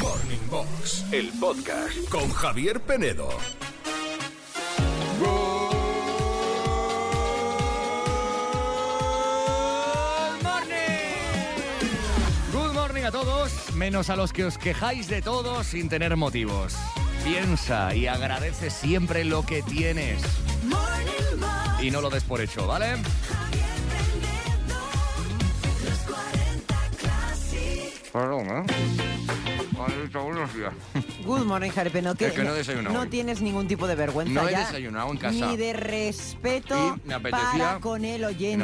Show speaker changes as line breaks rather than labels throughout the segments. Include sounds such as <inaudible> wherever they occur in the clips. Morning Box, el podcast con Javier Penedo.
Good morning a todos, menos a los que os quejáis de todo sin tener motivos. Piensa y agradece siempre lo que tienes
Morning Box,
y no lo des por hecho, ¿vale?
Javier Penedo, los 40 Classic.
Perdón, ¿eh? buenos días.
Good morning, Jarepe. No,
Es que no he desayunado hoy.
no tienes ningún tipo de vergüenza.
No he
ya,
desayunado en casa.
Ni de respeto
Y me apetecía-
para con el oyente.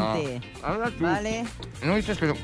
No. Habla tú.
¿Vale?
No dices que no...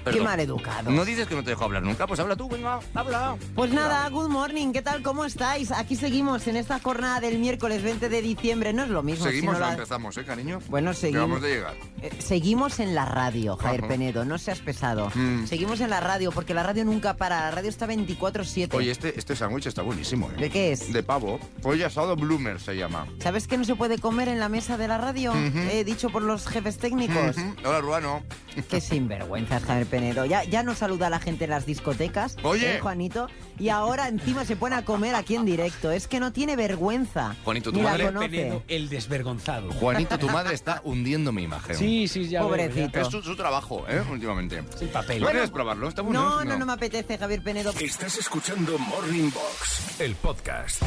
Qué
Perdón.
maleducado.
No dices que no te dejo hablar nunca, pues habla tú, venga, habla.
Pues nada, good morning, ¿qué tal? ¿Cómo estáis? Aquí seguimos en esta jornada del miércoles 20 de diciembre. No es lo mismo.
Seguimos
Pues si no
o
la-
empezamos, ¿eh, cariño?
Bueno, seguimos.
Acabamos de llegar.
Eh, Seguimos en la radio, Jair
Ajá.
Penedo, no seas pesado.
Mm.
Seguimos en la radio, porque la radio nunca para, la radio está 24-7.
Oye, este, este sándwich está buenísimo, ¿eh?
¿De qué es?
De pavo. Pollo asado bloomer se llama.
¿Sabes que no se puede comer en la mesa de la radio? Eh, dicho por los jefes técnicos.
Ujú. Hola, Ruano.
Qué sinvergüenzas, Javier Penedo. Ya, ya no saluda a la gente en las discotecas,
Oye.
¿eh, Juanito. Y ahora encima se pone a comer aquí en directo. Es que no tiene vergüenza.
Juanito, tu
Ni la
madre,
conoce.
Penedo, el desvergonzado.
Juanito, tu madre está hundiendo mi imagen.
Sí, sí, ya. veo, ya.
Pobrecito.
Es su, su trabajo, ¿eh? Últimamente.
Es el papel.
¿No quieres probarlo? Está bueno.
No, no, no me apetece, Javier Penedo.
Estás escuchando Morning Box, el podcast.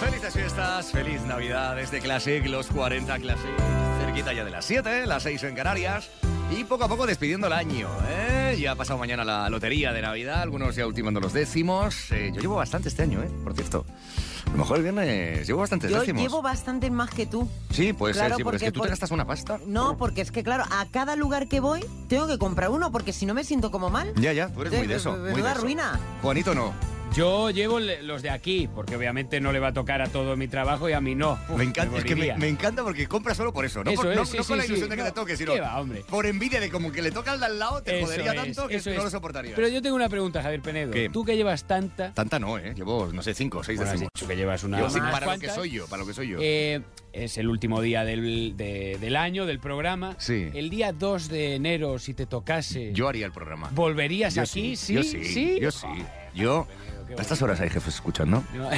Felices fiestas, feliz Navidad desde Classic, los 40 Classic, cerquita ya de las 7, las 6 en Canarias y poco a poco despidiendo el año. ¿eh? Ya ha pasado mañana la lotería de Navidad, algunos ya ultimando los décimos. Eh, yo llevo bastante este año, ¿eh? por cierto. A lo mejor el viernes llevo bastantes
Yo
décimos.
llevo bastante más que tú.
Sí, puede
Claro,
ser, sí, porque es
porque
que tú
por-
te gastas una pasta.
No, porque es que, claro, a cada lugar que voy tengo que comprar uno, porque si no me siento como mal.
Ya, ya, tú eres muy de eso.
Entonces,
muy de
menuda
eso.
ruina.
Juanito no.
Yo llevo le- los de aquí, porque obviamente no le va a tocar a todo mi trabajo y a mí no.
Me encanta, es que me,
moriría.
me encanta porque compra solo por eso, no,
Eso
por, no-
es, sí,
no con
sí,
la ilusión
sí.
de que te
No,
toque, sino
qué va, hombre.
por envidia de como que le toca al de al lado, te
Eso
jodería
es,
tanto que
eso
no
es.
lo soportarías.
Pero yo tengo una pregunta, Javier Penedo.
¿Qué?
Tú que llevas tanta.
Tanta no, ¿eh? Llevo, no sé, cinco o seis
Bueno, has
décimos.
dicho que llevas una.
Yo sí,
unas
para lo que
cuantas.
soy yo, para lo que soy yo.
Eh, es el último día del, de- del año, del programa.
Sí.
El día 2 de enero, si te tocase,
yo haría el programa.
¿volverías
Yo
aquí? Sí,
yo sí, yo sí. Yo...
qué
A estas horas hay jefes escuchando.
No,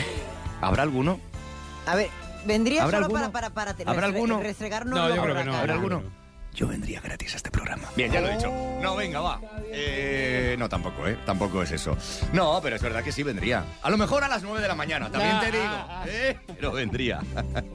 ¿Habrá alguno?
A ver, vendría
¿Habrá
solo
alguno?
para, para, para
¿Habrá
restre-
alguno?
restregarnos
No,
lo
yo
por
creo
la
que no.
cara.
¿Habrá
yo creo
alguno?
que no.
Yo vendría gratis a este programa. Bien, ya lo he dicho. No, venga, va. Eh, no, tampoco, ¿eh? Tampoco es eso. No, pero es verdad que sí vendría. A lo mejor a las 9 de la mañana, también te digo.
Ah, ah, ah.
¿eh? Pero vendría.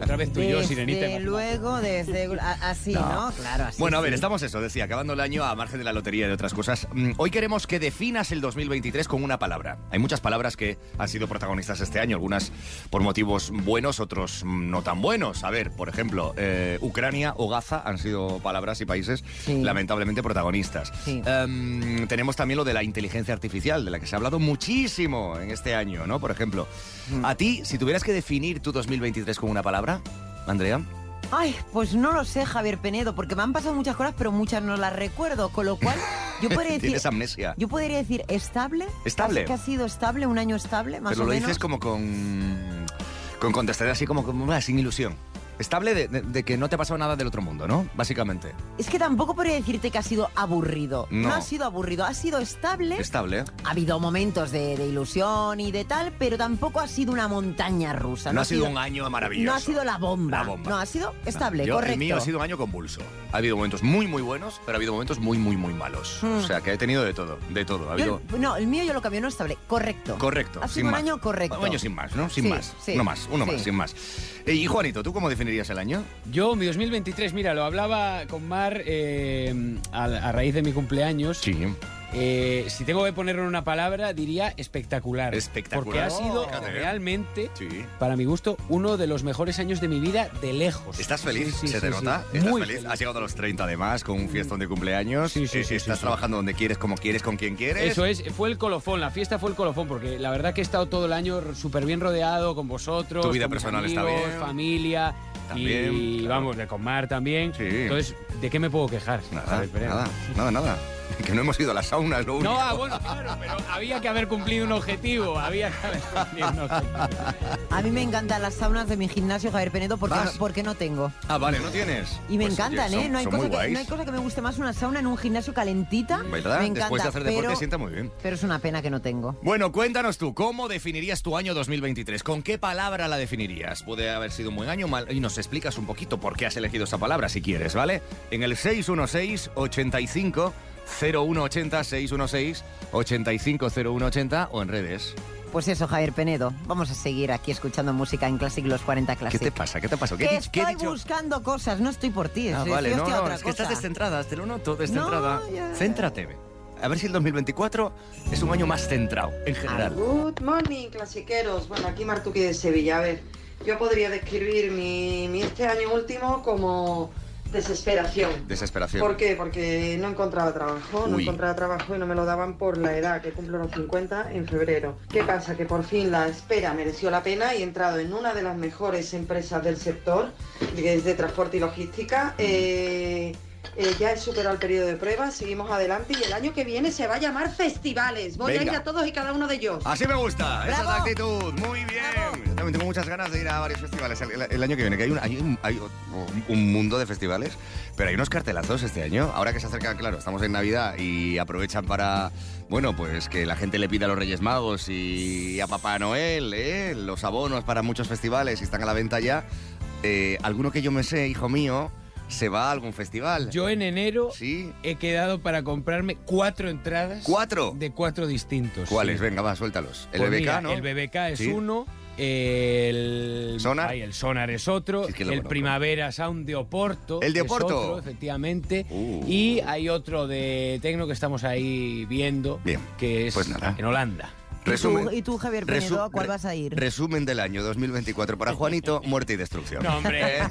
Otra vez tú y yo, Sirenita.
Desde luego, desde... a- Así, ¿no? Claro, así.
Bueno, a ver,
sí.
estamos eso, decía, acabando el año a margen de la lotería y de otras cosas. Mm, Hoy queremos que definas el 2023 con una palabra. Hay muchas palabras que han sido protagonistas este año, algunas por motivos buenos, otros mm, no tan buenos. A ver, por ejemplo, eh, Ucrania o Gaza han sido palabras y países
Sí.
lamentablemente protagonistas.
Sí.
Em, tenemos también lo de la inteligencia artificial, de la que se ha hablado muchísimo en este año, ¿no? Por ejemplo,
Mm.
a ti, si tuvieras que definir tu 2023 con una palabra, Andrea.
Ay, pues no lo sé, Javier Penedo, porque me han pasado muchas cosas, pero muchas no las recuerdo, con lo cual
<laughs>
yo podría decir,
Tienes amnesia.
yo podría decir estable,
Estable.
que ha sido estable, un año estable, más
Pero
o
lo
menos.
dices como con. con contestar así como, como ah, sin ilusión. Estable de, de- de que no te ha pasado nada del otro mundo, ¿no? Básicamente.
Es que tampoco podría decirte que ha sido aburrido.
No.
ha sido aburrido, ha sido estable.
Estable.
ha habido momentos de, de ilusión y de tal, pero tampoco ha sido una montaña rusa.
No ha sido un año maravilloso.
No ha sido la bomba.
La bomba.
No, ha sido estable,
Yo,
correcto.
El mío ha sido un año convulso. Ha habido momentos muy, muy buenos, pero ha habido momentos muy, muy, muy malos.
Mm.
O sea, que he tenido de todo. De todo. Ha
Yo
habido.
el- no, el mío yo lo cambié, no estable, correcto.
Correcto.
Ha sido
sin
un
más.
año correcto.
Un año sin más, ¿no? Sin
Sí,
más.
sí,
Uno más, uno más,
sí.
sin más. Eh, y Juanito, ¿tú cómo definirías el año?
Yo, mi 2023, mira, lo hablaba con Mar eh, a, a raíz de mi cumpleaños. Eh, si tengo que ponerlo en una palabra, diría espectacular.
Espectacular. Oh,
Porque ha sido
Fíjate.
realmente,
Sí.
para mi gusto, uno de los mejores años de mi vida de lejos.
¿Estás feliz?
Sí, sí,
¿Se te
sí,
nota?
sí.
¿Estás
Muy
feliz? Has llegado a los 30 además, con un fiestón
Mm.
de cumpleaños.
Sí, sí,
Eh,
sí,
Estás
sí, sí.
trabajando donde quieres, como quieres, con quien quieres.
Eso es, fue el colofón, la fiesta fue el colofón, porque la verdad que he estado todo el año súper bien rodeado con vosotros.
Tu vida
con mis
personal está
amigos,
bien.
familia.
También,
y
claro.
vamos, de con Mar también.
Sí.
Entonces, ¿de qué me puedo quejar?
Nada,
Javier Pérez?
nada, nada, nada. Que no hemos ido a la sauna, es lo único.
No, ah, bueno, claro, pero había que haber cumplido un objetivo. Había que haber cumplido un objetivo.
A mí me encantan las saunas de mi gimnasio, Javier Penedo, porque, no,
¿Vas?
porque no tengo.
Ah, vale, no tienes.
Y me
Pues, oye,
encantan, ¿eh?
son-
No hay,
son
cosa
muy
que,
guays.
no hay cosa que me guste más una sauna en un gimnasio calentita.
¿Verdad?
Me encanta.
Después de hacer deporte
pero,
sienta muy bien.
pero es una pena que no tengo.
Bueno, cuéntanos tú, ¿cómo definirías tu año 2023? ¿Con qué palabra la definirías? Puede haber sido un buen año mal, y nos explicas un poquito por qué has elegido esa palabra, si quieres, ¿vale? En el 616 85 0180 616 85 0180 o en redes.
Pues eso, Javier Penedo. Vamos a seguir aquí escuchando música en Classic Los 40
¿Qué
Classic.
te pasa? ¿Qué te pasó? ¿Qué,
que
he dicho? ¿Qué he
estoy
dicho?
buscando cosas, no estoy por ti.
Ah,
estoy-
vale,
estoy
no,
hostia a
no,
otra
es que estás
cosa.
descentrada, te lo noto, descentrada.
ya.
Céntrate. A ver si el 2024 es un año más centrado, en general.
Good morning, clasiqueros. Bueno, aquí Martuqui de Sevilla. A ver, yo podría describir mi, mi este año último como desesperación.
Desesperación.
¿Por qué? Porque no encontraba trabajo, no
Uy.
encontraba trabajo y no me lo daban por la edad, que cumplo los 50 en febrero. ¿Qué pasa? Que por fin la espera mereció la pena y he entrado en una de las mejores empresas del sector, que es de transporte y logística. Eh, eh, ya he superado el periodo de pruebas, seguimos adelante y el año que viene se va a llamar Festivales. Voy
Venga.
a ir a todos y cada uno de ellos.
Así me gusta, esa es la
¡Bravo!
actitud. Muy bien.
Yo también tengo muchas ganas de ir a varios festivales el, el- el año que viene, que hay, un, hay un- hay un- un mundo de festivales, pero hay unos cartelazos este año. Ahora que se acerca, claro, estamos en Navidad y aprovechan para, bueno, pues que la gente le pida a los Reyes Magos y a Papá Noel, ¿eh? los abonos para muchos festivales y están a la venta ya. Eh, alguno que yo me sé, hijo mío, se va a algún festival.
Yo en enero
Sí.
he quedado para comprarme cuatro entradas.
¿Cuatro?
De cuatro distintos.
¿Cuáles?
sí.
Venga, va, suéltalos. El
Pues
BBK,
mira,
¿no?
El BBK es
Sí.
uno. El
Sonar.
ay, el Sonar es otro.
Sí, es que lo
el
conozco.
Primavera Sound de Oporto.
El de
es
Oporto.
otro, efectivamente.
Uh.
Y hay otro de Tecno que estamos ahí viendo.
Bien,
Que es
pues nada.
en Holanda.
¿Y,
Resumen.
tú, y tú, Javier
Resu-
Penedo, a cuál
re-
vas a <laughs> ir?
Resumen del año 2024 para Juanito, muerte y destrucción.
No, hombre.
¿Eh?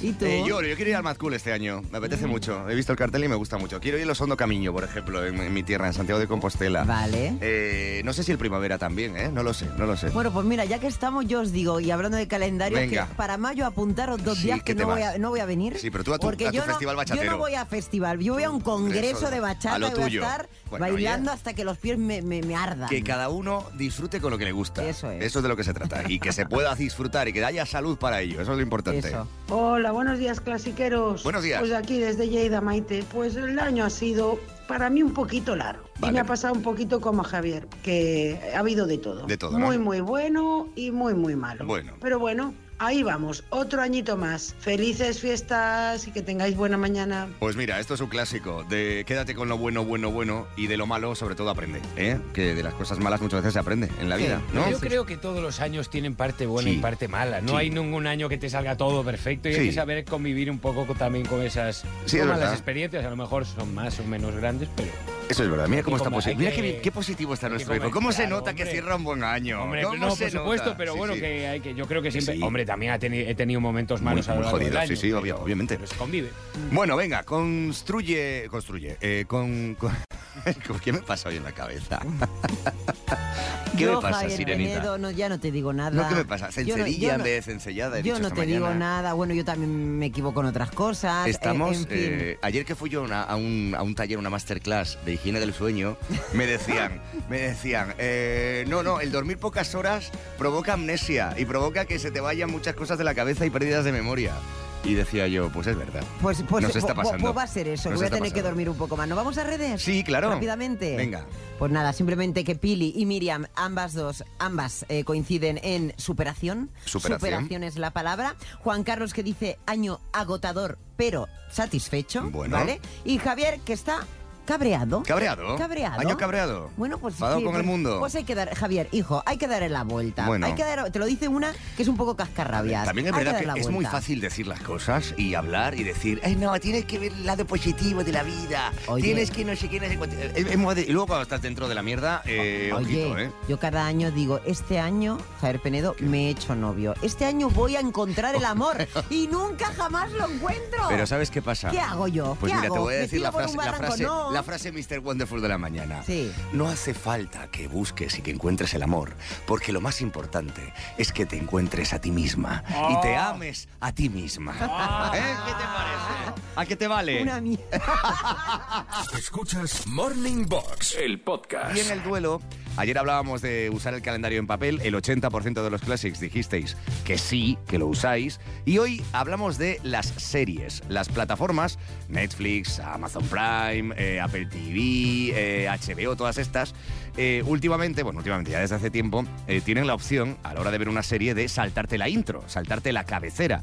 ¿Y tú?
Eh, yo, yo quiero ir al Mad Cool este año, me apetece mucho. He visto el cartel y me gusta mucho. Quiero ir a los Hondo Camino, por ejemplo, en, en mi tierra, en Santiago de Compostela.
Vale.
Eh, no sé si el primavera también, ¿eh? No lo sé, no lo sé.
Bueno, pues mira, ya que estamos, yo os digo, y hablando de calendario,
Venga.
que para mayo apuntaros dos
Sí,
días que
que te
no voy,
vas.
a, no voy a venir.
Sí, pero tú a tu-
porque
a tu
yo no-
festival
Yo
bachatero.
no voy a festival, yo voy a un congreso
Congreso,
de bachata
a lo
y voy
tuyo.
a estar
Bueno,
bailando
oye.
hasta que los pies me, me, me ardan.
Que cada uno disfrute con lo que le gusta.
Eso es.
Eso es de lo que se trata. Y que se pueda disfrutar y que haya salud para ello. Eso es lo importante.
Eso.
Hola, buenos días, clasiqueros.
Buenos días.
Pues aquí desde Lleida, Maite. Pues el año ha sido para mí un poquito largo.
Vale.
Y me ha pasado un poquito como a Javier, que ha habido de todo.
De todo, ¿no?
Muy, muy bueno y muy, muy malo.
Bueno.
Pero bueno, ahí vamos. Otro añito más. Felices fiestas y que tengáis buena mañana.
Pues mira, esto es un clásico de quédate con lo bueno, bueno, bueno y de lo malo sobre todo aprende, ¿eh? Que de las cosas malas muchas veces se aprende en la vida, ¿no?
Yo creo que todos los años tienen parte buena
Sí.
y parte mala. No
Sí.
hay ningún año que te salga todo perfecto y hay
Sí.
que saber convivir un poco con- también con esas
Sí, es
con malas
verdad.
experiencias. A lo mejor son más o menos grandes, pero
Eso es verdad. Mira cómo
Hay que
está
comer,
positivo.
hay
Mira qué,
que-
bien- qué positivo está
hay que
nuestro hijo.
comer,
¿Cómo se
claro,
nota que
hombre.
cierra un buen año?
Hombre,
¿Cómo
no, por
se
supuesto,
nota?
pero
Sí,
bueno,
sí.
que hay que yo creo que
Sí,
siempre,
sí.
hombre, también ha teni- he tenido momentos
Muy-
malos a lo
muy
largo del
jodidos, sí,
año,
sí, obvio-
pero-
obviamente.
pero se convive.
Bueno, venga, construye. Construye. eh, con, <laughs> con- ¿con ¿Qué me pasa hoy en la cabeza? <laughs> ¿Qué
Yo,
me pasa,
Javier
Sirenita?
Penedo, no, ya no te digo nada.
No, ¿qué me pasa?
Yo no- yo
Cencerilla en
no-
vez de cencellada. he
Yo
dicho
no
esta
te digo
mañana.
nada. Bueno, yo también me equivoco en otras cosas. eh,
Estamos.
en fin.
eh, ayer que fui yo a una- a, un, a un taller, una masterclass de higiene del sueño, me decían, me decían, eh, no, no, el dormir pocas horas provoca amnesia y provoca que se te vayan muchas cosas de la cabeza y pérdidas de memoria. Y decía yo, pues es verdad.
Pues, pues,
Nos está
pues-
pasando.
pues va a ser eso,
Nos
voy a
está
tener que
pasando.
dormir un poco más. ¿No vamos a redes?
Sí, claro.
Rápidamente.
Venga.
Pues nada, simplemente que Pili y Miriam, ambas dos, ambas eh, coinciden en superación.
Superación.
es la palabra. Juan Carlos que dice año agotador, pero satisfecho.
Bueno.
¿Vale? Y Javier que está cabreado.
¿Cabreado?
Cabreado.
Año cabreado.
Bueno, pues
Enfadado
sí,
con
pues-
el mundo.
Pues hay que dar, Javier, hijo, hay que darle la vuelta.
Bueno.
Hay que dar, te lo dice una que es un poco cascarrabias.
También es
Hay
verdad
dar
que,
la
es muy
vuelta.
fácil decir las cosas y hablar y decir, "Ay, no, tienes que ver el lado positivo de la vida.
Oye.
Tienes que no sé qué, no sé cuánto". Eh, Es- es muy de- Y luego cuando estás dentro de la mierda, eh,
Oye,
ojito, ¿eh?
yo cada año digo, este año, Javier Penedo, me he hecho novio. Este año voy a
<laughs>
encontrar el amor y nunca jamás lo encuentro.
Pero ¿sabes qué pasa?
¿Qué hago yo?
Pues
¿Qué
mira,
hago?
te voy a
¿Me
decir
tiro
la
por
frase,
un
la
barranco?
frase,
No.
la frase Mr. Wonderful de la mañana.
Sí.
No hace falta que busques y que encuentres el amor, porque lo más importante es que te encuentres a ti misma y
Oh.
te ames a ti misma. ¿Eh? ¿Qué te parece?
¿A qué te
Eh.
vale?
Ah. Una mierda.
Escuchas Morning Box, el podcast.
Y en el duelo, ayer hablábamos de usar el calendario en papel, el 80% de los classics dijisteis que sí, que lo usáis, y hoy hablamos de las series, las plataformas, Netflix, Amazon Prime, eh, Apple TV, eh, HBO, todas estas, eh, últimamente, bueno, últimamente ya desde hace tiempo, eh, tienen la opción a la hora de ver una serie de saltarte la intro, saltarte la cabecera.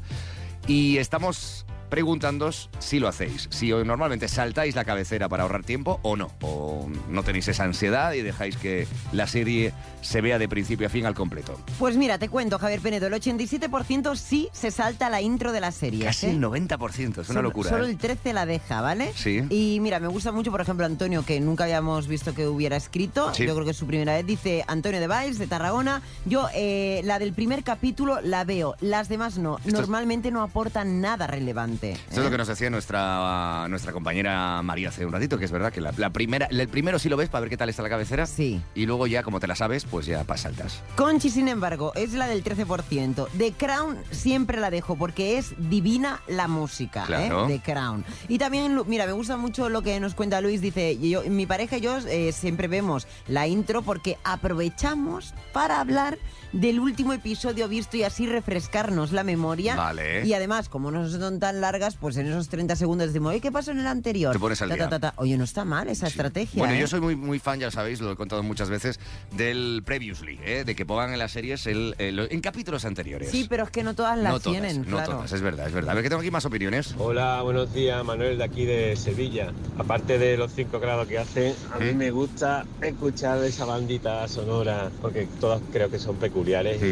Y estamos preguntándoos si lo hacéis, si normalmente saltáis la cabecera para ahorrar tiempo o no, o no tenéis esa ansiedad y dejáis que la serie se vea de principio a fin al completo.
<laughs> Pues mira, te cuento, Javier Penedo, el 87% sí se salta la intro de la serie. ¿eh?
Casi el 90%, es una
Solo-
locura.
Solo
¿eh?
el 13 la deja, ¿vale?
Sí.
Y mira, me gusta mucho, por ejemplo, Antonio, que nunca habíamos visto que hubiera escrito.
Sí.
Yo creo que es su primera vez. Dice Antonio de Valls, de Tarragona. Yo eh, la del primer capítulo la veo, las demás no.
es-
Normalmente no aportan nada relevante. ¿eh?
Esto es lo que nos decía nuestra, nuestra compañera María hace un ratito, que es verdad que la, la primera, el primero sí lo ves para ver qué tal está la cabecera
Sí.
y luego ya como te la sabes, pues ya pas saltas.
Conchi, sin embargo, es la del 13%. The Crown siempre la dejo porque es divina la música
Claro.
¿eh? The Crown. Y también, Lu- mira, me gusta mucho lo que nos cuenta Luis. Dice, yo, mi pareja y yo eh, siempre vemos la intro porque aprovechamos para hablar del último episodio visto y así refrescarnos la memoria.
Vale.
Y además, como no son tan largas, pues en esos 30 segundos decimos, "Oye, ¿qué pasó en el anterior?
Te pones al
Ta, ta,
día.
ta, ta. Oye, no está mal esa
Sí.
estrategia.
Bueno,
¿eh?
yo soy muy, muy fan, ya lo sabéis, lo he contado muchas veces, del previously, ¿eh? de que pongan en las series el, el- en capítulos anteriores.
Sí, pero es que no todas las
no todas,
tienen,
no
claro.
todas, es verdad, es verdad. A ver, que tengo aquí más opiniones.
Hola, buenos días, Manuel de aquí de Sevilla. Aparte de los 5 grados que hace, a mí me gusta escuchar esa bandita sonora, porque todas creo que son peculiares y,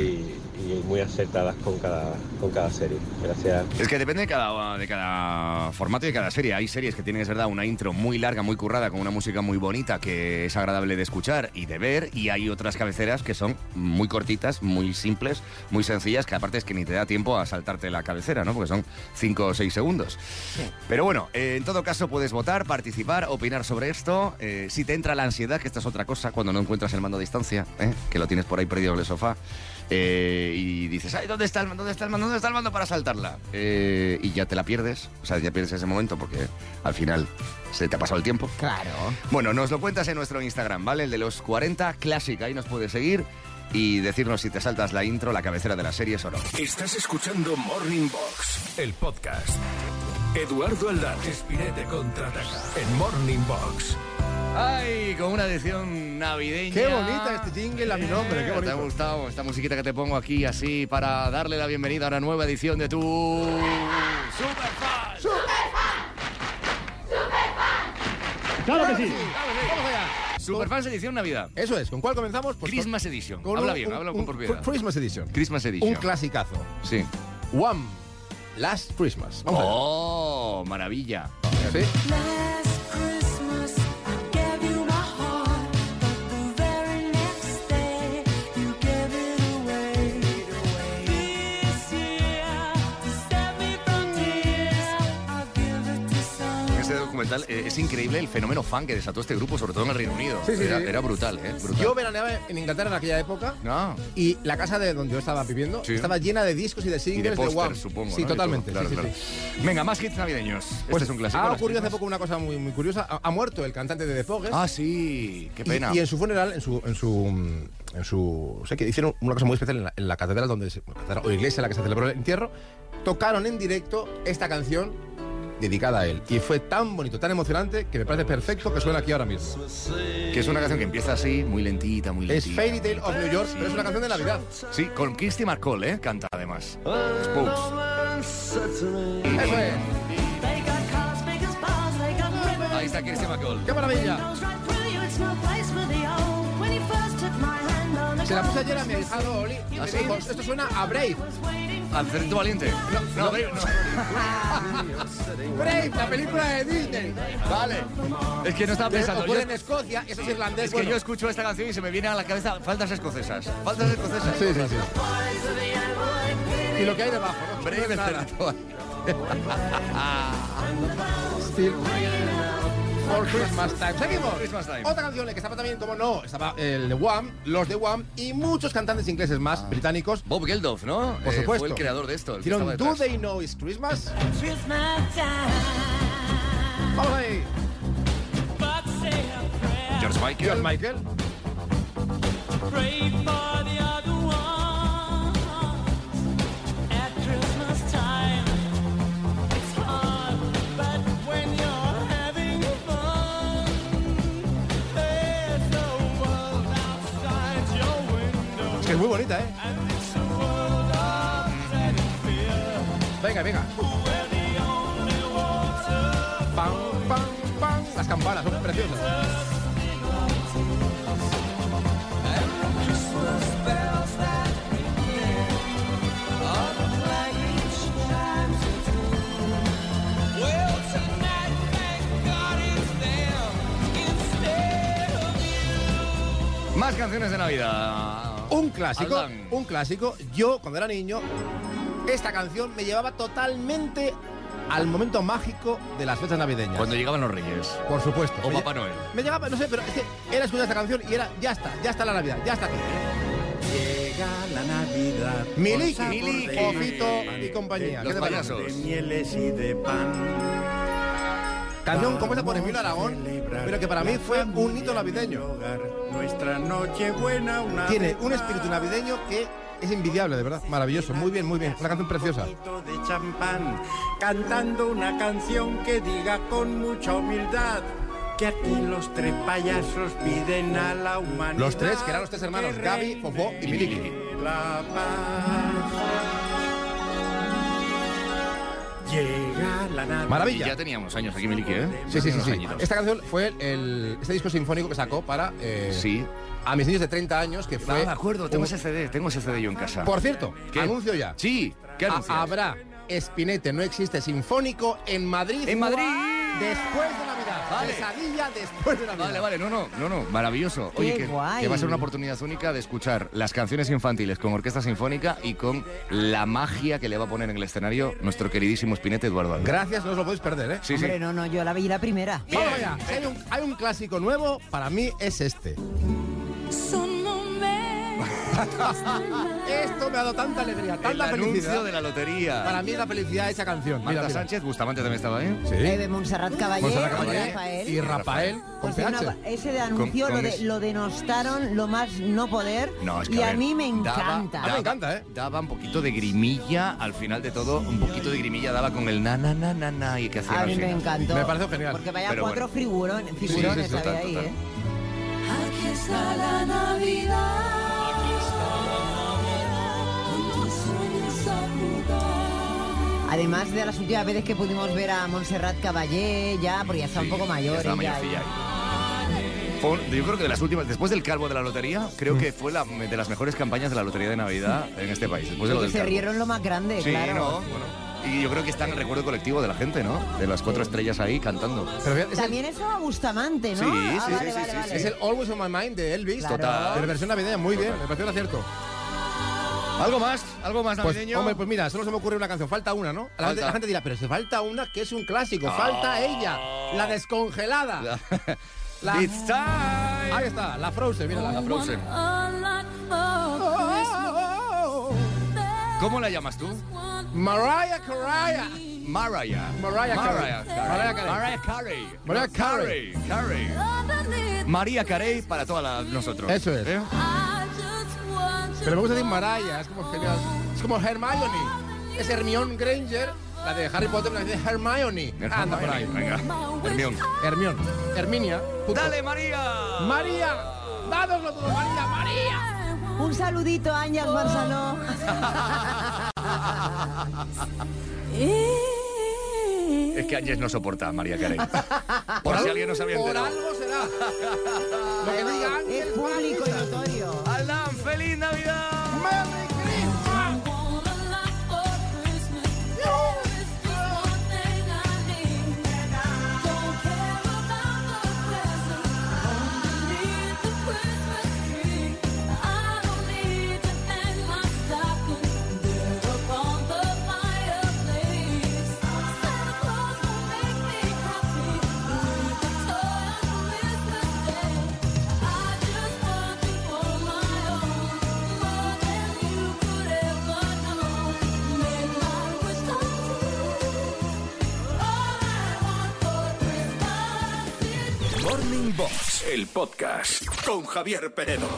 y muy acertadas con cada, con cada serie. Gracias.
Es que depende de cada, de cada formato y de cada serie. Hay series que tienen, es verdad, una intro muy larga, muy currada, con una música muy bonita que es agradable de escuchar y de ver. Y hay otras cabeceras que son muy cortitas, muy simples, muy sencillas, que aparte es que ni te da tiempo a saltarte la cabecera, ¿no? Porque son 5 o 6 segundos. Pero bueno, eh, en todo caso puedes votar, participar, opinar sobre esto. Eh, si te entra la ansiedad, que esta es otra cosa, cuando no encuentras el mando a distancia, ¿eh? que lo tienes por ahí perdido en el sofá, eh, y dices, ay, ¿dónde está el mando? ¿Dónde está el mando? ¿Dónde está el mando para saltarla? Eh, y ya te la pierdes, o sea, ya pierdes ese momento porque al final se te ha pasado el tiempo.
Claro.
Bueno, nos lo cuentas en nuestro Instagram, ¿vale? El de los 40 Classic, ahí nos puedes seguir y decirnos si te saltas la intro, la cabecera de la serie o no.
Estás escuchando Morning Box, el podcast. Eduardo Aldán, Espinete contraataca en Morning Box.
Ay, con una edición navideña.
Qué bonita este jingle a mi nombre, qué
Eh, ¿Te ha
bonito.
gustado esta musiquita que te pongo aquí así para darle la bienvenida a una nueva edición de tu Superfan? Superfan.
¡Claro que sí!
Superfans edición Navidad.
Eso es, ¿con cuál comenzamos? Pues con-
Christmas Edition.
con
habla
un-
bien,
un-
habla con
un
propiedad.
Christmas Edition.
Christmas Edition.
Un clasicazo.
Sí.
One Last Christmas. Vamos allá.
Oh, maravilla.
¿Sí?
Last Christmas, I gave you my heart, but the very next day you gave it away. This year, to save me from tears, I'll give it to someone.
Este documental eh, es increíble el fenómeno fan que desató este grupo, sobre todo en el Reino Unido.
Sí, sí,
era,
sí.
era brutal, ¿eh? Brutal.
Yo veraneaba en Inglaterra en aquella época
No.
y la casa de donde yo estaba viviendo
Sí.
estaba llena de discos y de
Y de
singles
póster,
One.
supongo.
Sí,
¿no? Y todo.
totalmente.
Claro,
sí, sí,
claro.
sí.
Venga, más hits navideños.
Pues
este es un clásico.
Ha
las
ocurrido hace
Christmas.
poco una cosa muy, muy curiosa. Ha, ha muerto el cantante de The Pogues.
Ah, sí, qué
Y-
pena.
Y, en su funeral, en su, en su, en su, sé que hicieron una cosa muy especial en la, en la catedral donde se- bueno, catedral o iglesia en la que se celebró el entierro, tocaron en directo esta canción dedicada a él. Y fue tan bonito, tan emocionante que me parece perfecto que suena aquí ahora mismo.
Que es una canción que empieza así, muy lentita, muy
Es
lentita.
Fairy Tale of New York, pero es una canción de Navidad.
Sí, con Kirsty McCall, ¿eh? Canta además. Spokes.
Eso es.
They got cars, big as bars, they got ribbons.
Ahí está Kirsty McCall.
¡Qué maravilla!
Goes right through you, it's no place for the old. When you first took my hand on a
Se la puse ayer a mi
Christmas
hijado Oli y me dijo, esto suena a Brave.
was waiting
Al Cerrito Valiente. No, no, Brave, no.
Brave, la película de Disney.
Vale. Es que no estaba
Que
pensando.
ocurre
yo-
en Escocia, eso es irlandés.
es que
bueno.
yo escucho esta canción y se me viene a la cabeza faldas escocesas. Faldas escocesas.
Sí, sí, sí. Y lo que hay debajo, ¿no?
Brave, el Cerrito Valiente.
Still- For
for
Christmas Time. Seguimos.
Christmas Time.
Otra canción en la que estaba también, como no, estaba el de Wham, los de Wham y muchos cantantes ingleses más británicos.
Bob Geldof, ¿no?
Por
Eh,
supuesto.
fue el creador de esto. el que
Hicieron
estaba
Do
detrás.
They Know It's Christmas.
Christmas time.
Vamos ahí.
But say a prayer.
George Michael.
George Michael.
Pray for the other ones. At Christmas time, it's hard, but when you're having fun, there's a world outside your
Es
window,
que es muy bonita, ¿eh?
and it's a world of dread and fear.
Venga, venga. Pam, pam, pam. Las campanas son preciosas.
Más canciones de Navidad.
Un clásico,
Aldán.
un clásico. Yo, cuando era niño, esta canción me llevaba totalmente al momento mágico de las fechas navideñas.
Cuando llegaban los reyes.
Por supuesto.
O
Me
Papá
lle-
Noel.
Me llegaba, no sé, pero es que era escuchar esta canción y era, ya está, ya está la Navidad, ya está aquí.
Llega la Navidad. con
Miliki,
sabor de
Miliki,
Fofito
pan,
y compañía.
Los
¿Qué te parece?
payasos.
De mieles y de pan.
Canción como esta por
Vamos
Emilio
a
Aragón,
celebrar
pero que para mí
la
fue un
familia
hito
en el
navideño.
hogar. Nuestra noche buena, una
Tiene
vez
un espíritu
más.
navideño que es envidiable, de verdad. Maravilloso, muy bien, muy bien. Una canción preciosa.
Un poquito de champán, cantando una canción que diga con mucha humildad que aquí los tres payasos piden a la humanidad.
Los tres, que eran los tres hermanos,
que
Gaby, Fofó
reine
y Miliki.
La paz. Llega la Navidad.
Y
Maravilla.
ya teníamos años aquí, Miliki, ¿eh?
Sí, sí, sí,
Unos
sí.
añitos.
Esta canción fue el, este disco sinfónico que sacó para eh,
Sí.
a mis niños de 30 años, que
Ah,
fue...
me acuerdo, tengo
un-
ese CD, tengo ese CD yo en casa.
Por cierto,
¿Qué?
anuncio ya.
Sí, ¿qué
A-
anuncias?
Habrá Espinete No Existe Sinfónico en Madrid.
En Madrid.
Después de Navidad.
Vale.
Pesadilla después de Navidad.
Vale, vale, no, no, no, no, maravilloso. Oye,
Qué
que,
guay.
que va a ser una oportunidad única de escuchar las canciones infantiles con orquesta sinfónica y con la magia que le va a poner en el escenario nuestro queridísimo Spinete Eduardo Alba.
Gracias, no os lo podéis perder, ¿eh?
Sí, sí.
Hombre, no, no, yo la vi la primera.
Vamos allá. Si Hay un, hay un clásico nuevo, para mí es este.
Son momentos del mar.
Esto me ha dado tanta alegría,
El
tanta
anuncio
felicidad.
de la lotería.
Para mí es la felicidad de esa canción.
Marta Sánchez, Bustamante también estaba ahí.
Sí.
Eh, de Montserrat Caballé,
Montserrat
y
Caballé
Rafael.
y Rafael con
Pues sí,
PH.
una- ese de anuncio
Con-
lo,
con
de,
ese.
lo denostaron lo más no poder
No, es que
y
a,
a,
ver,
mí me
daba-
encanta.
Ah, me encanta, ¿eh?
Daba un poquito de grimilla, al final de todo, un poquito de grimilla daba con el na na na na na y que hacía
a mí me encantó.
Me pareció genial.
Porque vaya
Pero
cuatro
bueno.
figurones, figurones
sí,
había
total,
ahí,
total.
¿eh?
Aquí está la Navidad. Aquí está la Navidad. Con tus sueños a jugar.
Además de las últimas veces que pudimos ver a Montserrat Caballé, ya, porque ya está un poco mayor.
Estaba
ella, ¿eh?
mayorcilla ahí. Fue un- yo creo que de las últimas, después del calvo de la lotería,
Mm.
creo que fue la, de las mejores campañas de la lotería de Navidad en este país. Después de lo
Porque
del
se
calvo.
rieron lo más grande,
Sí,
claro.
¿no? Bueno, y yo creo que está en el recuerdo colectivo de la gente, ¿no? De las cuatro estrellas ahí cantando.
Pero fíjate, es,
También estaba Bustamante, ¿no?
Sí,
Ah,
sí,
vale,
sí,
vale,
sí,
vale.
el, es el Always on My Mind de Elvis.
Claro.
Total.
Pero versión navideña, muy bien.
Total.
Me pareció un acierto.
¿Algo más? ¿Algo más
Pues,
navideño?
hombre, pues mira, solo se me ocurre una canción. Falta una, ¿no? La gente,
Falta. Ah.
la gente dirá, pero si falta una, que es un clásico. Falta ella. La descongelada. La-
<laughs> It's time.
Ahí está, la Frozen, mírala.
La Frozen.
Unlock for
Oh, oh,
¿Cómo la llamas tú?
oh. Mariah Caraya.
Mariah.
Mariah Carey.
Mariah
Mariah Carey.
Mariah Carey.
Mariah Carey.
Carey. Carey.
Christmas.
María Carey para todos nosotros.
Eso es.
¿Eh?
I just want to
Pero me gusta decir Mariah, es como genial. Es como Hermione. Es Hermione Granger, la de Harry Potter, la de Hermione. Anda por ahí.
Venga. Hermión.
Hermione. Herminia. puto.
Dale, María.
María. Dánoslo todo, María, María.
Un saludito, Áñez Barceló.
Es que Áñez no soporta a María Carey. Por si
algo-
alguien no se había
Por
enterado.
algo será. Lo que diga
Es
Ángel
público y
Bautista.
notorio.
Aldán, feliz Navidad.
Merry Christmas.
Fireplace. Santa Claus will make me happy. Leave the toy
Morning Box, el podcast con Javier Peredo.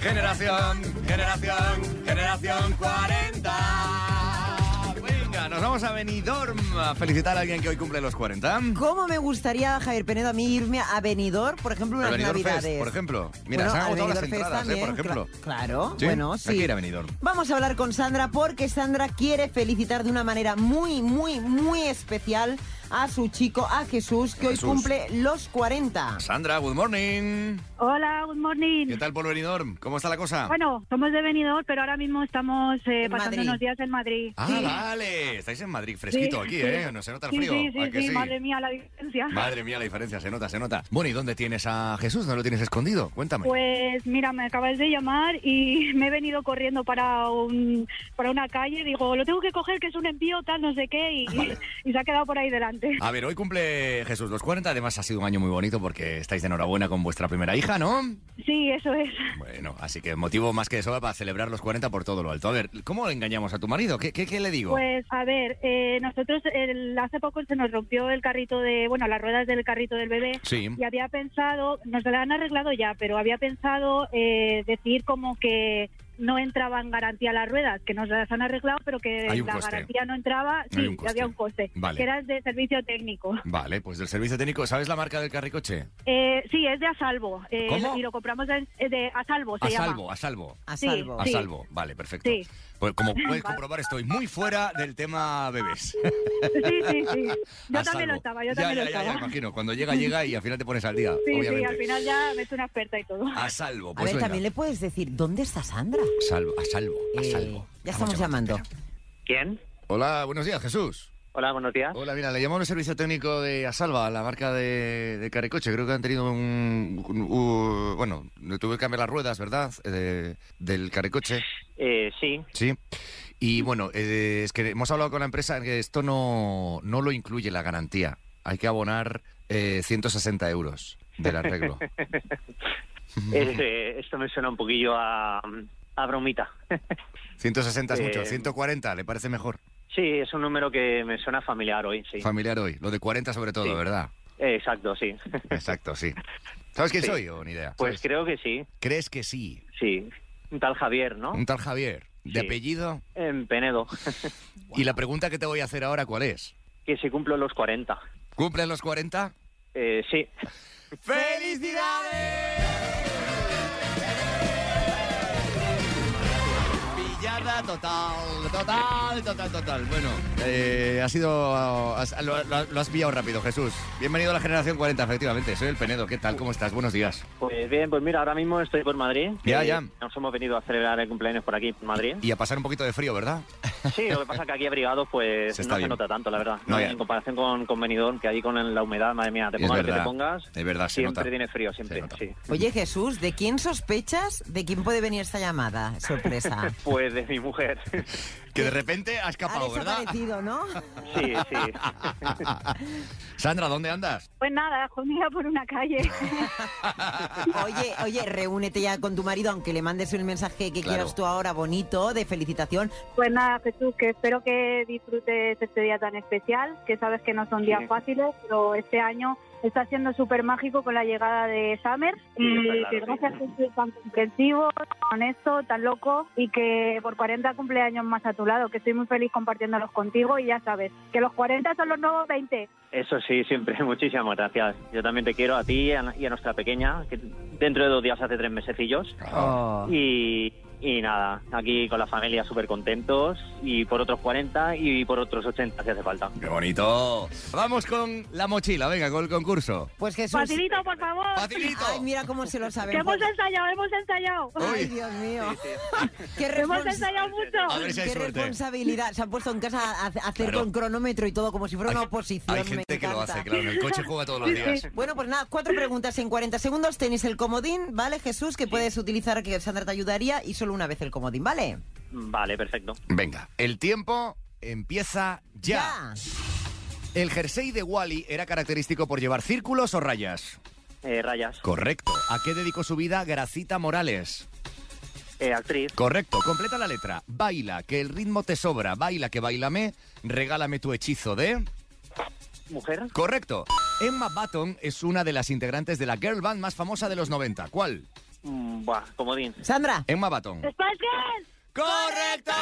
Generación, generación, generación 40. Venga, nos vamos a Benidorm a felicitar a alguien que hoy cumple los 40.
¿Cómo me gustaría, Javier Penedo, a mí irme a Benidorm, por ejemplo, unas
A Benidorm Fest,
navidades?
por ejemplo. Mira, se han
al
agotado las
Benidorm Fest
entradas, ¿eh? por
cla-
ejemplo.
claro,
Sí,
bueno,
hay
sí.
que ir a Benidorm.
Vamos a hablar con Sandra porque Sandra quiere felicitar de una manera muy, muy, muy especial a su chico, a Jesús, que
Jesús.
hoy cumple los 40.
Sandra, good morning.
Hola, good morning.
¿Qué tal por Benidorm? ¿Cómo está la cosa?
Bueno, somos de Benidorm, pero ahora mismo estamos eh, pasando
Madrid.
unos días en Madrid.
Ah,
Sí.
vale. Estáis en Madrid, fresquito
Sí,
aquí,
sí.
¿eh? No se nota el
Sí,
frío.
Sí, sí,
¿a que
sí,
sí?
madre mía, la diferencia.
Madre mía, la diferencia, se nota, se nota. Bueno, ¿y dónde tienes a Jesús? ¿No lo tienes escondido? Cuéntame.
Pues mira, me acabas de llamar y <laughs> me he venido corriendo para un para una calle. Digo, lo tengo que coger, que es un envío, tal, no sé qué, y, y se ha quedado por ahí delante.
A ver, hoy cumple Jesús los 40, además ha sido un año muy bonito porque estáis de enhorabuena con vuestra primera hija, ¿no?
Sí, eso es.
Bueno, así que motivo más que de sobra para celebrar los 40 por todo lo alto. A ver, ¿cómo engañamos a tu marido? ¿Qué, qué- qué le digo?
Pues a ver, eh, nosotros el- hace poco se nos rompió el carrito de, bueno, las ruedas del carrito del bebé
Sí.
y había pensado, nos la han arreglado ya, pero había pensado eh, decir como que no entraba en garantía las ruedas, que nos las han arreglado, pero que
Hay un
la
coste.
garantía no entraba,
Hay
sí,
un coste.
había un coste,
Vale.
que era de servicio técnico.
Vale, pues del servicio técnico, ¿sabes la marca del carricoche?
Eh, sí, es de a salvo eh,
¿Cómo?
y lo compramos en- eh, de a salvo, se
A
llama.
salvo, a salvo.
A Sí, salvo.
A
sí.
salvo, vale, perfecto.
Sí. <laughs>
Pues como puedes
Vale.
comprobar, estoy muy fuera del tema bebés.
Sí, sí,
<laughs>
sí. Yo
A
también
salvo.
lo estaba, yo
Ya,
también lo
ya, ya,
estaba.
ya, imagino. Cuando
<laughs>
llega, llega y al final te pones al día,
sí, sí,
obviamente.
al final ya me he hecho una experta y todo.
A salvo,
A
pues
ver,
venga.
también le puedes decir, ¿dónde está Sandra?
Salvo, a salvo, a
Eh,
salvo.
Ya estamos llamando.
¿Quién? Hola, buenos días, Jesús. Hola, buenos días. Hola, mira, le llamo al servicio técnico de Asalva, la marca de, de Carricoche. Creo que han tenido un... un- un- bueno, le tuve que cambiar las ruedas, ¿verdad? Eh, de- del Carricoche.
Eh, sí,
Sí. Y bueno, eh, es que hemos hablado con la empresa que esto no, no lo incluye la garantía. Hay que abonar eh, 160 euros
<laughs>
del arreglo.
es, eh, esto me suena un poquillo a, a bromita.
160 es mucho,
Eh,
140 le parece mejor.
Sí, es un número que me suena familiar hoy, sí.
Familiar hoy, lo de 40 sobre todo,
Sí.
¿verdad?
Eh, exacto, sí. <laughs>
Exacto, sí. ¿Sabes quién
Sí.
soy o ni idea?
Pues creo que sí,
¿Crees que sí?
sí. Un tal Javier, ¿no?
Un tal Javier, de
Sí.
apellido.
En Penedo,
Y la pregunta que te voy a hacer ahora, ¿cuál es?
que se cumplen los 40.
¿Cumples los 40?
Eh, sí.
¡Felicidades! Pillada total, total, total, total. Bueno, eh, ha sido. has- lo, lo- lo has pillado rápido, Jesús. Bienvenido a la generación 40, efectivamente. Soy el Penedo. ¿Qué tal? ¿Cómo estás? Buenos días.
Pues bien, pues mira, ahora mismo estoy por Madrid.
Ya,
que
ya.
Nos hemos venido a celebrar el cumpleaños por aquí, por Madrid.
Y a pasar un poquito de frío, ¿verdad?
Sí, lo que pasa es que aquí abrigados pues
Se está
no
bien.
se nota tanto, la verdad.
No,
No,
ya.
en comparación con, con Benidorm, que ahí con el- la humedad, madre mía, te
Es
pongas lo que
verdad.
te pongas,
Es verdad, se
siempre
nota.
tiene frío, siempre, sí.
Oye, Jesús, ¿de quién sospechas? ¿De quién puede venir esta llamada?
<laughs>
Sorpresa.
Pues de mi mujer.
Que de repente ha escapado, ¿verdad?
Desaparecido, ¿no?
<laughs>
Sí, sí.
Sandra, ¿dónde andas?
Pues nada, jodida por una calle.
Oye, oye, reúnete ya con tu marido, aunque le mandes un mensaje que
Claro.
quieras tú ahora bonito, de felicitación.
Pues nada, Jesús, que espero que disfrutes este día tan especial, que sabes que no son días
Sí.
fáciles, pero este año está siendo súper mágico con la llegada de Summer.
Sí, está
y
claro,
que
sí.
gracias por ser tan comprensivo, tan honesto, tan loco y que por 40 cumpleaños más a tu lado, que estoy muy feliz compartiéndolos contigo y ya sabes, que los 40 son los nuevos 20.
Eso sí, siempre. <laughs> Muchísimas gracias. Yo también te quiero a ti a- y a nuestra pequeña, que dentro de dos días hace tres mesecillos.
Oh.
Y, y nada, aquí con la familia súper contentos y por otros 40 y por otros 80 si hace falta.
¡Qué bonito! Vamos con la mochila, venga, con el concurso.
Pues Jesús.
Facilito, por favor.
Facilito.
Ay, mira cómo se lo sabe.
Que hemos ensayado, <laughs> hemos ensayado.
Ay, Dios mío. <laughs> Qué
Hemos
respons-
ensayado mucho.
A ver si hay
qué
suerte.
responsabilidad. Se han puesto en casa a a hacer
Claro.
con cronómetro y todo, como si fuera
Hay-
una oposición.
Hay
me
gente que lo
encanta.
hace, claro. En el coche juega todos los días.
Bueno, pues nada, cuatro preguntas en 40 segundos. Tenéis el comodín, ¿vale, Jesús? Que puedes utilizar, que Sandra te ayudaría, y solo una vez el comodín, ¿vale?
Vale, perfecto.
Venga, el tiempo empieza ya. El jersey de Wally era característico por llevar círculos o rayas.
Eh, rayas,
Correcto. ¿A qué dedicó su vida Gracita Morales?
eh, actriz,
Correcto. Completa la letra. Baila, que el ritmo te sobra. Baila, que bailame. Regálame tu hechizo de...
mujer,
Correcto.
Emma Button es una de las integrantes de la girl band más famosa de los 90. ¿Cuál?
Mm, Buah, comodín.
Sandra.
Emma Button.
¡Spice
¡Correcto!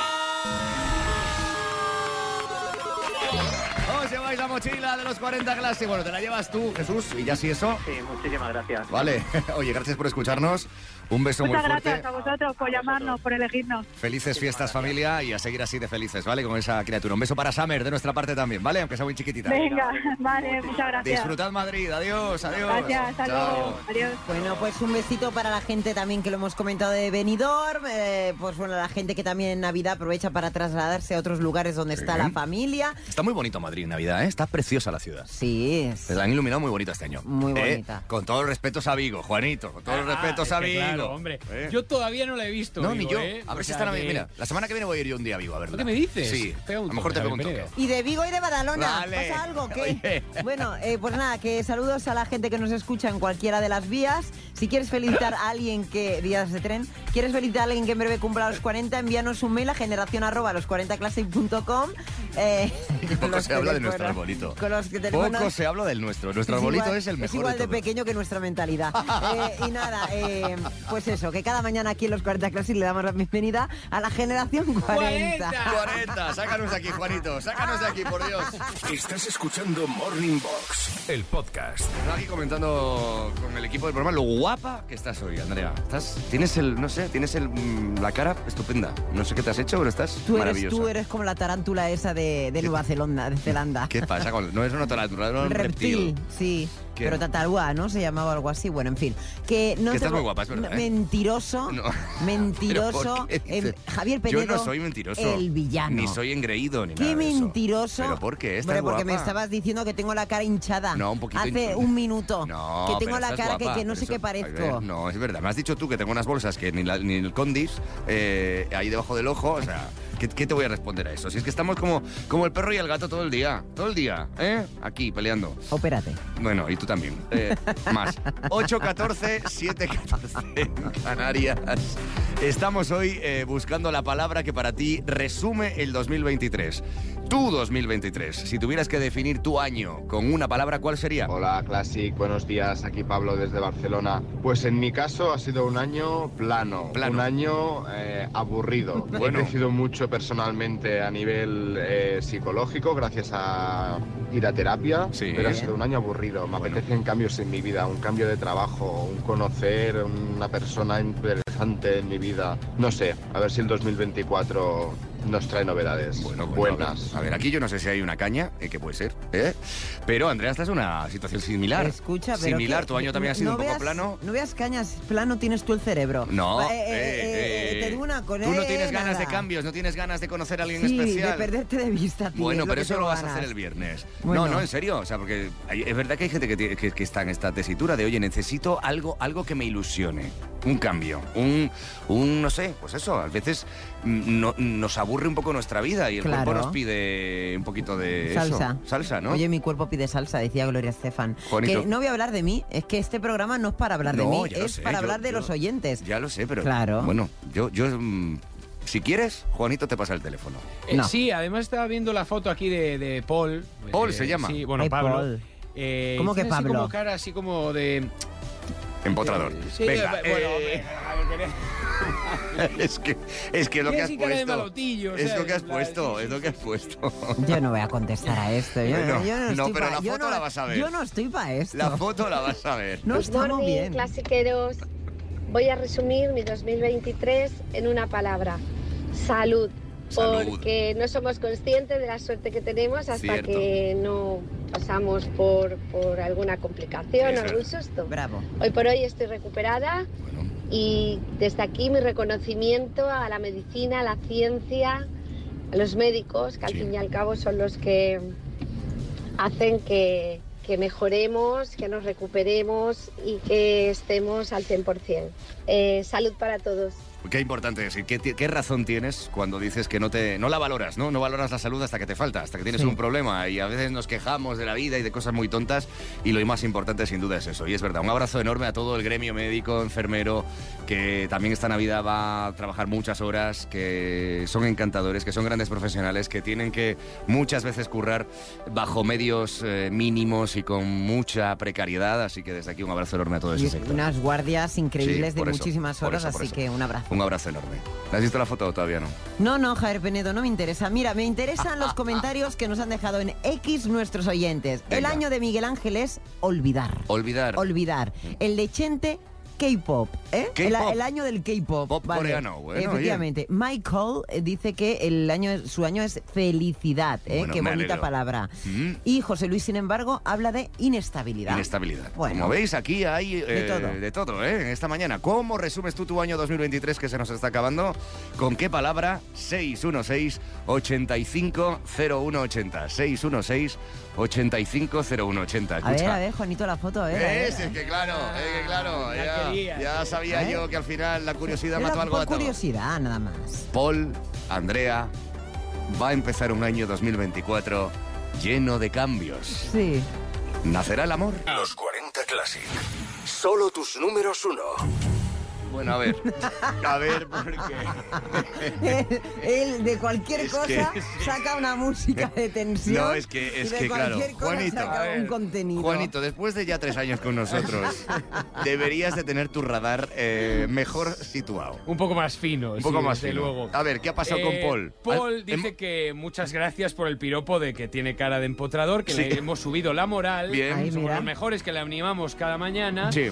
Os lleváis la mochila de los 40 clases. Bueno, te la llevas tú, Jesús, y ya si eso.
Sí, muchísimas gracias.
Vale. <laughs> Oye, gracias por escucharnos. Un beso
Muchas
muy fuerte.
gracias a vosotros por llamarnos, por elegirnos.
Felices fiestas, familia, y a seguir así de felices, ¿vale? Con esa criatura. Un beso para Summer de nuestra parte también, ¿vale? Aunque sea muy chiquitita.
Venga, <laughs> vale, muchas gracias.
Disfrutad Madrid. Adiós, adiós.
Gracias, hasta
Chao.
luego. Adiós.
Bueno, pues un besito para la gente también que lo hemos comentado de Benidorm, eh, pues bueno, la gente que también en Navidad aprovecha para trasladarse a otros lugares donde está
Sí.
la familia.
Está muy bonito Madrid en Navidad, ¿eh? Está preciosa la ciudad.
Sí.
Se Pues la han iluminado muy bonita este año.
Muy
¿Eh?
bonita.
Con todo el respeto a Vigo, Juanito. Con todo el
Ah,
respeto
es
a
que
Vigo.
claro, hombre.
¿Eh?
Yo todavía no la he visto.
No, ni
digo,
yo.
¿eh?
A ver
O
si
sea
esta
que-
Navidad. Mira, la semana que viene voy a ir yo un día a Vigo, a ver.
¿Qué me dices?
Sí.
Pega un
a lo mejor
toque,
te pego
a
un
ver,
toque.
Y de Vigo y de Badalona,
Vale.
¿pasa algo? ¿Qué?
Oye.
Bueno, eh, pues nada, que saludos a la gente que nos escucha en cualquiera de las vías. Si quieres felicitar a alguien que, vías de tren, quieres felicitar a alguien que en breve cumpla los 40, envíanos un mail a generación arroba los 40 classic.com. Eh,
Y <laughs> poco
los
se habla de
teléfonos-
nuestro arbolito.
Con los que tenemos
Poco se habla del nuestro. Nuestro arbolito
igual-
es el mejor.
igual de,
de todos.
pequeño que
<laughs>
nuestra mentalidad. Eh, y nada, eh, pues eso, que cada mañana aquí en los 40 Classic le damos la bienvenida a la generación 40.
40, sácanos de aquí, Juanito, sácanos de aquí, por
<laughs>
Dios.
Estás escuchando Morning Box, el podcast.
Estaba aquí comentando con el equipo del programa lo guapa que estás hoy, Andrea. Estás, tienes el, no sé, tienes el, mm, la cara estupenda. No sé qué te has hecho, pero estás
Tú eres,
maravillosa.
tú eres como la tarántula esa de, de Nueva Zelanda, de Zelanda.
¿Qué pasa con, no es una tarántula, es un reptil.
Reptil, sí.
¿Qué?
Pero tatarúa, ¿no? Se llamaba algo así. Bueno, en fin. Que
Que
no te
estás
vo-
muy guapa, es verdad, ¿eh?
no, Mentiroso.
No. <laughs> ¿Pero
Mentiroso.
por qué dices?
em, Javier
Yo
Penedo.
no soy mentiroso.
El villano.
Ni soy engreído, ni
Qué
nada de eso.
mentiroso.
¿Pero por qué? ¿Estás
Hombre, porque me
guapa?
estabas diciendo que tengo la cara hinchada.
No, un poquito
Hace
hinchada.
un minuto.
No,
que tengo
pero
la
estás guapa,
cara que, que no
pero
sé qué
eso- Ay,
parezco.
ver, no, es verdad. Me has dicho tú que tengo unas bolsas que ni, la- ni el condis eh, ahí debajo del ojo. O sea, ¿qué, qué te voy a responder a eso? Si es que estamos como, como el perro y el gato todo el día. Todo el día, ¿eh? Aquí, peleando.
Opérate.
Bueno, y tú también. <laughs> Eh, más. 814-714 en Canarias. Estamos hoy eh, buscando la palabra que para ti resume el 2023. Tu 2023. Si tuvieras que definir tu año con una palabra, ¿cuál sería?
Hola Classic, buenos días, aquí Pablo desde Barcelona. Pues en mi caso ha sido un año plano, un año eh, aburrido.
<laughs> Bueno.
He crecido mucho personalmente a nivel eh, psicológico gracias a ir a terapia, pero ha
Bien.
sido un año aburrido. Me apetecen cambios en mi vida, un cambio de trabajo, un conocer una persona interesante en mi vida. No sé, a ver si el 2024 nos trae novedades buenas.
pues, A ver, aquí yo no sé si hay una caña, eh, que puede ser, ¿eh? Pero Andrea, esta es una situación similar.
Escucha, pero
Similar,
que-
tu año también ha
no-
sido un
no
poco
veas-
plano.
No veas cañas, plano tienes tú el cerebro.
No,
Va, eh, eh,
eh,
eh,
eh,
te digo una cosa,
tú no
eh,
tienes ganas de
nada.
cambios, no tienes ganas de conocer a alguien
Sí,
especial.
de perderte de vista. tío,
Bueno,
es
pero
que
eso
tengo
lo vas a
ganas.
hacer el viernes.
Bueno.
No, no, en serio. O sea, porque hay- es verdad que hay gente que, tiene- que- que está en esta tesitura de, oye, necesito algo, algo que me ilusione. Un cambio, un, un, no sé, pues eso, a veces mm, no- nos aburre un poco nuestra vida y el
Claro.
cuerpo nos pide un poquito de eso.
Salsa.
Salsa, ¿no?
Oye, mi cuerpo pide salsa, decía Gloria Estefan.
Juanito.
Que no voy a hablar de mí, es que este programa no es para hablar de
No,
mí,
ya lo
es
sé,
para
yo-
hablar de
yo-
los oyentes.
Ya lo sé, pero.
Claro.
Bueno, yo, yo. mm, Si quieres, Juanito te pasa el teléfono.
Eh, Sí, además estaba viendo la foto aquí de, de Paul.
Paul
Eh,
se llama.
Sí, bueno,
Ay,
Pablo.
Paul.
Eh,
¿Cómo que
tiene así
Pablo?
como cara así como de...
Empotrador.
Sí,
Venga,
eh, bueno,
eh,
venga,
<laughs> es que es que lo
Tiene
que has
así cara de
puesto.
malotillo, o
Es
sea,
lo que has
en plan,
puesto, es lo que has puesto.
<laughs>
Yo no voy a contestar a esto. Yo,
Bueno,
yo no,
no,
estoy
pero
pa-
la
yo
foto
no-
la vas a ver.
Yo no estoy para esto.
La foto la vas a ver.
No está muy
Morning,
bien.
clasiqueros. Voy a resumir mi 2023 en una palabra. Salud.
Salud.
Porque no somos conscientes de la suerte que tenemos hasta
Cierto.
que no pasamos por, por alguna complicación o
Exacto.
algún susto.
Bravo.
Hoy por hoy estoy recuperada y desde aquí mi reconocimiento a la medicina, a la ciencia, a los médicos, que al fin y al cabo son los que hacen que, que mejoremos, que nos recuperemos y que estemos al 100%. Eh, salud para todos.
Qué importante es. ¿Y ¿Qué, ti- qué razón tienes cuando dices que no te no la valoras, ¿no? No valoras la salud hasta que te falta, hasta que tienes
Sí.
un problema. Y a veces nos quejamos de la vida y de cosas muy tontas. Y lo más importante, sin duda, es eso. Y es verdad. Un abrazo enorme a todo el gremio médico, enfermero, que también esta Navidad va a trabajar muchas horas, que son encantadores, que son grandes profesionales, que tienen que muchas veces currar bajo medios eh, mínimos y con mucha precariedad. Así que desde aquí un abrazo enorme a todo ese
Y
sector.
unas guardias increíbles
Sí,
de
por eso,
muchísimas
por
horas,
eso, por
así
eso.
que un abrazo.
Un abrazo enorme. ¿Has visto la foto o todavía no?
No, no, Javier Penedo, no me interesa. Mira, me
<laughs>
interesan los comentarios que nos han dejado en X nuestros oyentes. El
Venga.
año de Miguel Ángel es olvidar.
Olvidar.
Olvidar. El de Chente, K-pop. ¿eh? El,
K-pop.
el año del K-pop. Pop
coreano, bueno, oye.
Efectivamente. Michael eh, dice que el año, es- su año es felicidad. ¿eh?
Bueno,
Qué
me
bonita
alegro.
palabra.
Mm.
Y José Luis, sin embargo, habla de inestabilidad.
Inestabilidad.
Bueno.
Como veis, aquí hay eh,
De todo.
de todo, ¿eh? En esta mañana. ¿Cómo resumes tú tu año 2023 que se nos está acabando? ¿Con qué palabra? 616-850180. 616-850180.
A ver,
Escucha.
a ver, Juanito, la foto, a ver. Ah, a ver,
¿Ves? Es que claro, es que claro. Ya, ya sabía
¿Eh?
yo que al final la curiosidad
Era
mató algo
por
a todo.
curiosidad, nada más.
Paul, Andrea, va a empezar un año 2024 lleno de cambios.
Sí.
¿Nacerá el amor?
Los 40 Classic. Solo tus números uno.
Bueno,
<laughs>
a ver. A ver,
él, él de cualquier
Es
cosa
que- <laughs>
saca una música de tensión.
No, es que- es
y de
que, claro,
cualquier cosa
Juanito,
saca
a ver,
un contenido.
Juanito, después de ya tres años con nosotros,
<laughs>
deberías de tener tu radar eh, mejor situado.
Un poco más fino.
Un poco
sí,
más
desde
fino.
luego.
A ver, ¿qué ha pasado
Eh,
con Paul? Em-
Paul
Al-
dice que muchas gracias por el piropo de que tiene cara de empotrador, que
Sí.
le hemos subido la moral.
Bien. Ay,
Somos
mira.
los mejores que le animamos cada mañana.
Sí.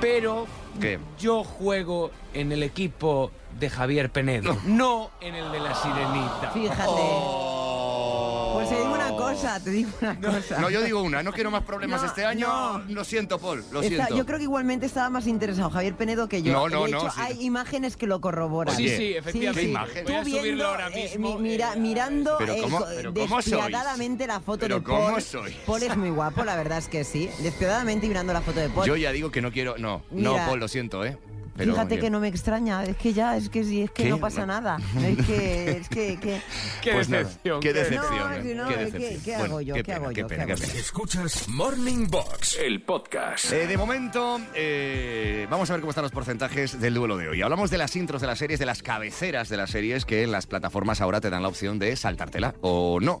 Pero
¿Qué?
yo juego en el equipo de Javier Penedo, no en el de la sirenita.
Fíjate.
Oh.
Pues te digo una cosa, te digo una cosa.
No, yo digo una, no quiero más problemas
No,
este año.
no.
Lo siento, Paul, lo
Está-
siento.
yo creo que igualmente estaba más interesado Javier Penedo que yo.
No, no,
De hecho,
no, sí.
hay imágenes que lo corroboran.
Oye, Sí, sí, efectivamente. ¿Qué imagen?
Tú
Voy a subirlo
viendo,
ahora
eh,
mismo,
mi- mira- mirando
Pero
eh,
¿cómo-
co-
pero cómo sois?
despiadadamente la foto
Pero
de Paul.
¿cómo sois?
Paul es muy guapo, la verdad es que sí. Despiadadamente mirando la foto de Paul.
Yo ya digo que no quiero. No,
Mira.
no, Paul, lo siento, ¿eh? Pero-
Fíjate que no me extraña, es que ya, es que sí, es que
¿Qué?
no pasa
No.
nada. Es que, es que, que-
Qué Pues nada, decepción, qué qué
No, es
decepción, ¿eh?
que no,
qué
es que-
decepción.
¿qué
Bueno,
hago yo?
qué
¿Qué,
pena,
hago
qué
yo?
pena,
¿Qué hago
qué
yo?
pena.
Escuchas Morning Box, el podcast.
Eh, de momento, eh, vamos a ver cómo están los porcentajes del duelo de hoy. Hablamos de las intros de las series, de las cabeceras de las series que en las plataformas ahora te dan la opción de saltártela o no.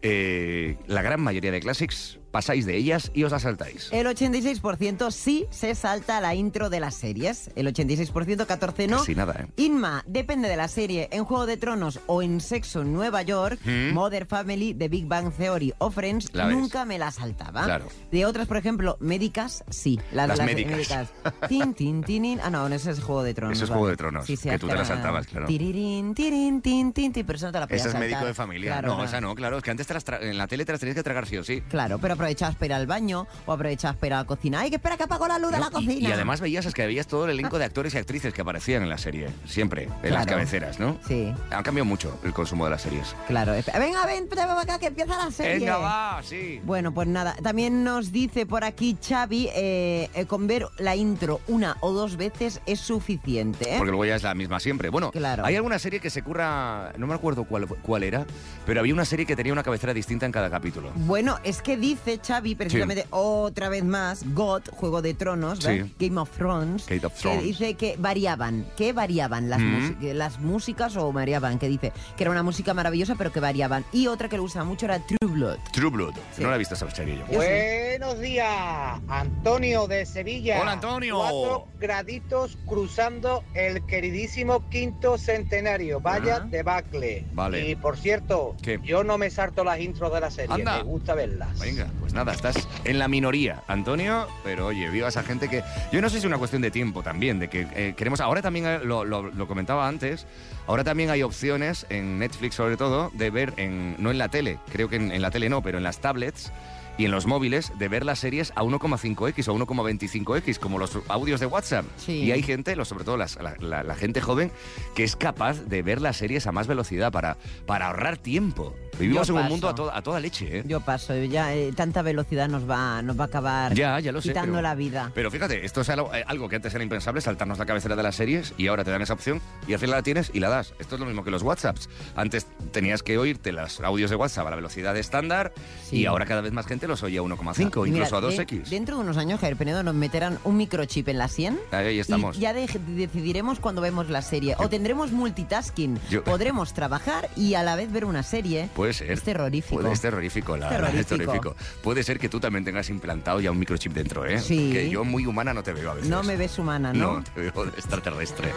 Eh, la gran mayoría de classics pasáis de ellas y os la saltáis.
El 86% sí se salta la intro de las series. El 86%, 14% no.
Casi nada, ¿eh?
Inma, depende de la serie, en Juego de Tronos o en Sexo en Nueva York,
¿Mm?
Mother Family, The Big Bang Theory o Friends,
La ves.
nunca me la saltaba.
Claro.
De otras, por ejemplo, médicas, sí.
Las médicas.
Tin, tin, tinin. Ah, no, no, ese es Juego de Tronos.
Eso es
vale.
Juego de Tronos, que tú te la
alternaban.
saltabas, claro.
Tirirín, tirín, tin, tin, tin, pero eso no te la podías
Esa es
saltar.
médico de familia.
Claro,
no, esa no, claro. Es que antes te las tra- en la tele te las tenías que tragar sí o sí.
Claro, pero aprovechabas para ir al baño o aprovechabas para ir a la cocina. ¡Ay, que espera que apago la luz de la
Y,
cocina!
y además veías, es que veías todo el elenco de actores y actrices que aparecían en la serie, siempre, en las
Claro.
cabeceras, ¿no?
Sí.
Han cambiado mucho el consumo de las series.
Claro, espe- venga, ven, vente para acá que empieza la serie.
Venga, va, sí.
Bueno, pues nada, también nos dice por aquí Xavi, eh, eh, con ver la intro una o dos veces es suficiente. ¿eh?
Porque luego ya es la misma siempre. Bueno,
Claro.
hay alguna serie que se curra, no me acuerdo cuál, cuál era, pero había una serie que tenía una cabecera distinta en cada capítulo.
Bueno, es que dice Xavi, precisamente otra vez más, God, Juego de Tronos, ¿ves?
Sí.
Game of Thrones,
Kate of
que
Thrones.
dice que variaban, que variaban las,
Mm.
mus- que las músicas o variaban, que dice que era una música maravillosa pero que variaban. Y otra que lo usaba mucho era True Blood.
True Blood.
Sí.
No la he visto esa serie yo.
Buenos días, Antonio de Sevilla.
Hola, Antonio.
Cuatro graditos cruzando el queridísimo quinto centenario. Vaya
Ah.
debacle.
Vale.
Y por cierto,
¿Qué?
yo no me salto las intros de la serie.
Anda.
Me gusta verlas.
Venga, pues nada, estás en la minoría, Antonio, pero oye, viva esa gente que... Yo no sé si es una cuestión de tiempo también, de que eh, queremos... Ahora también, eh, lo, lo- lo comentaba antes, ahora también hay opciones en Netflix sobre todo de ver, en, no en la tele, creo que en, en la tele no, pero en las tablets y en los móviles, de ver las series a 1,5x o 1,25x, como los audios de WhatsApp.
Sí.
Y hay gente, lo- sobre todo las- la, la- la gente joven, que es capaz de ver las series a más velocidad para, para ahorrar tiempo. Vivimos
Yo
en un
paso.
mundo a, to- a toda leche, ¿eh?
Yo paso, ya eh, tanta velocidad nos va, nos va a acabar
Ya, ya lo sé,
quitando
pero-
la vida.
Pero fíjate, esto es algo, eh, algo que antes era impensable, saltarnos la cabecera de las series y ahora te dan esa opción y al final la tienes y la das. Esto es lo mismo que los WhatsApps. Antes tenías que oírte los audios de WhatsApp a la velocidad estándar y ahora cada vez más gente los oye a 1,5,
Mira,
incluso a
de-
2X.
dentro de unos años, Javier Penedo, nos meterán un microchip en la 100.
Ahí estamos.
Y ya de- decidiremos cuando vemos la serie. O tendremos multitasking.
Yo-
Podremos trabajar y a la vez ver una serie.
Puede ser.
Es terrorífico.
Puede- es terrorífico, la
Es
verdad, es
terrorífico.
terrorífico. Puede ser que tú también tengas implantado ya un microchip dentro, ¿eh?
Sí.
Que yo muy humana no te veo a veces.
No me ves humana, ¿no?
No, te veo de extraterrestre.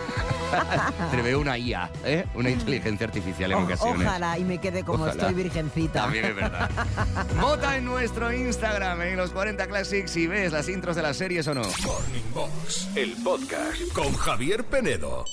<laughs> te veo una IA, ¿eh?
<laughs>
Una inteligencia artificial en
O-
ocasiones.
ojalá y me quede como
Ojalá.
estoy virgencita.
También es verdad. Vota en nuestro Instagram, en los 40 Classics, si ves las intros de las series o no.
Morning Box, el podcast con Javier Penedo.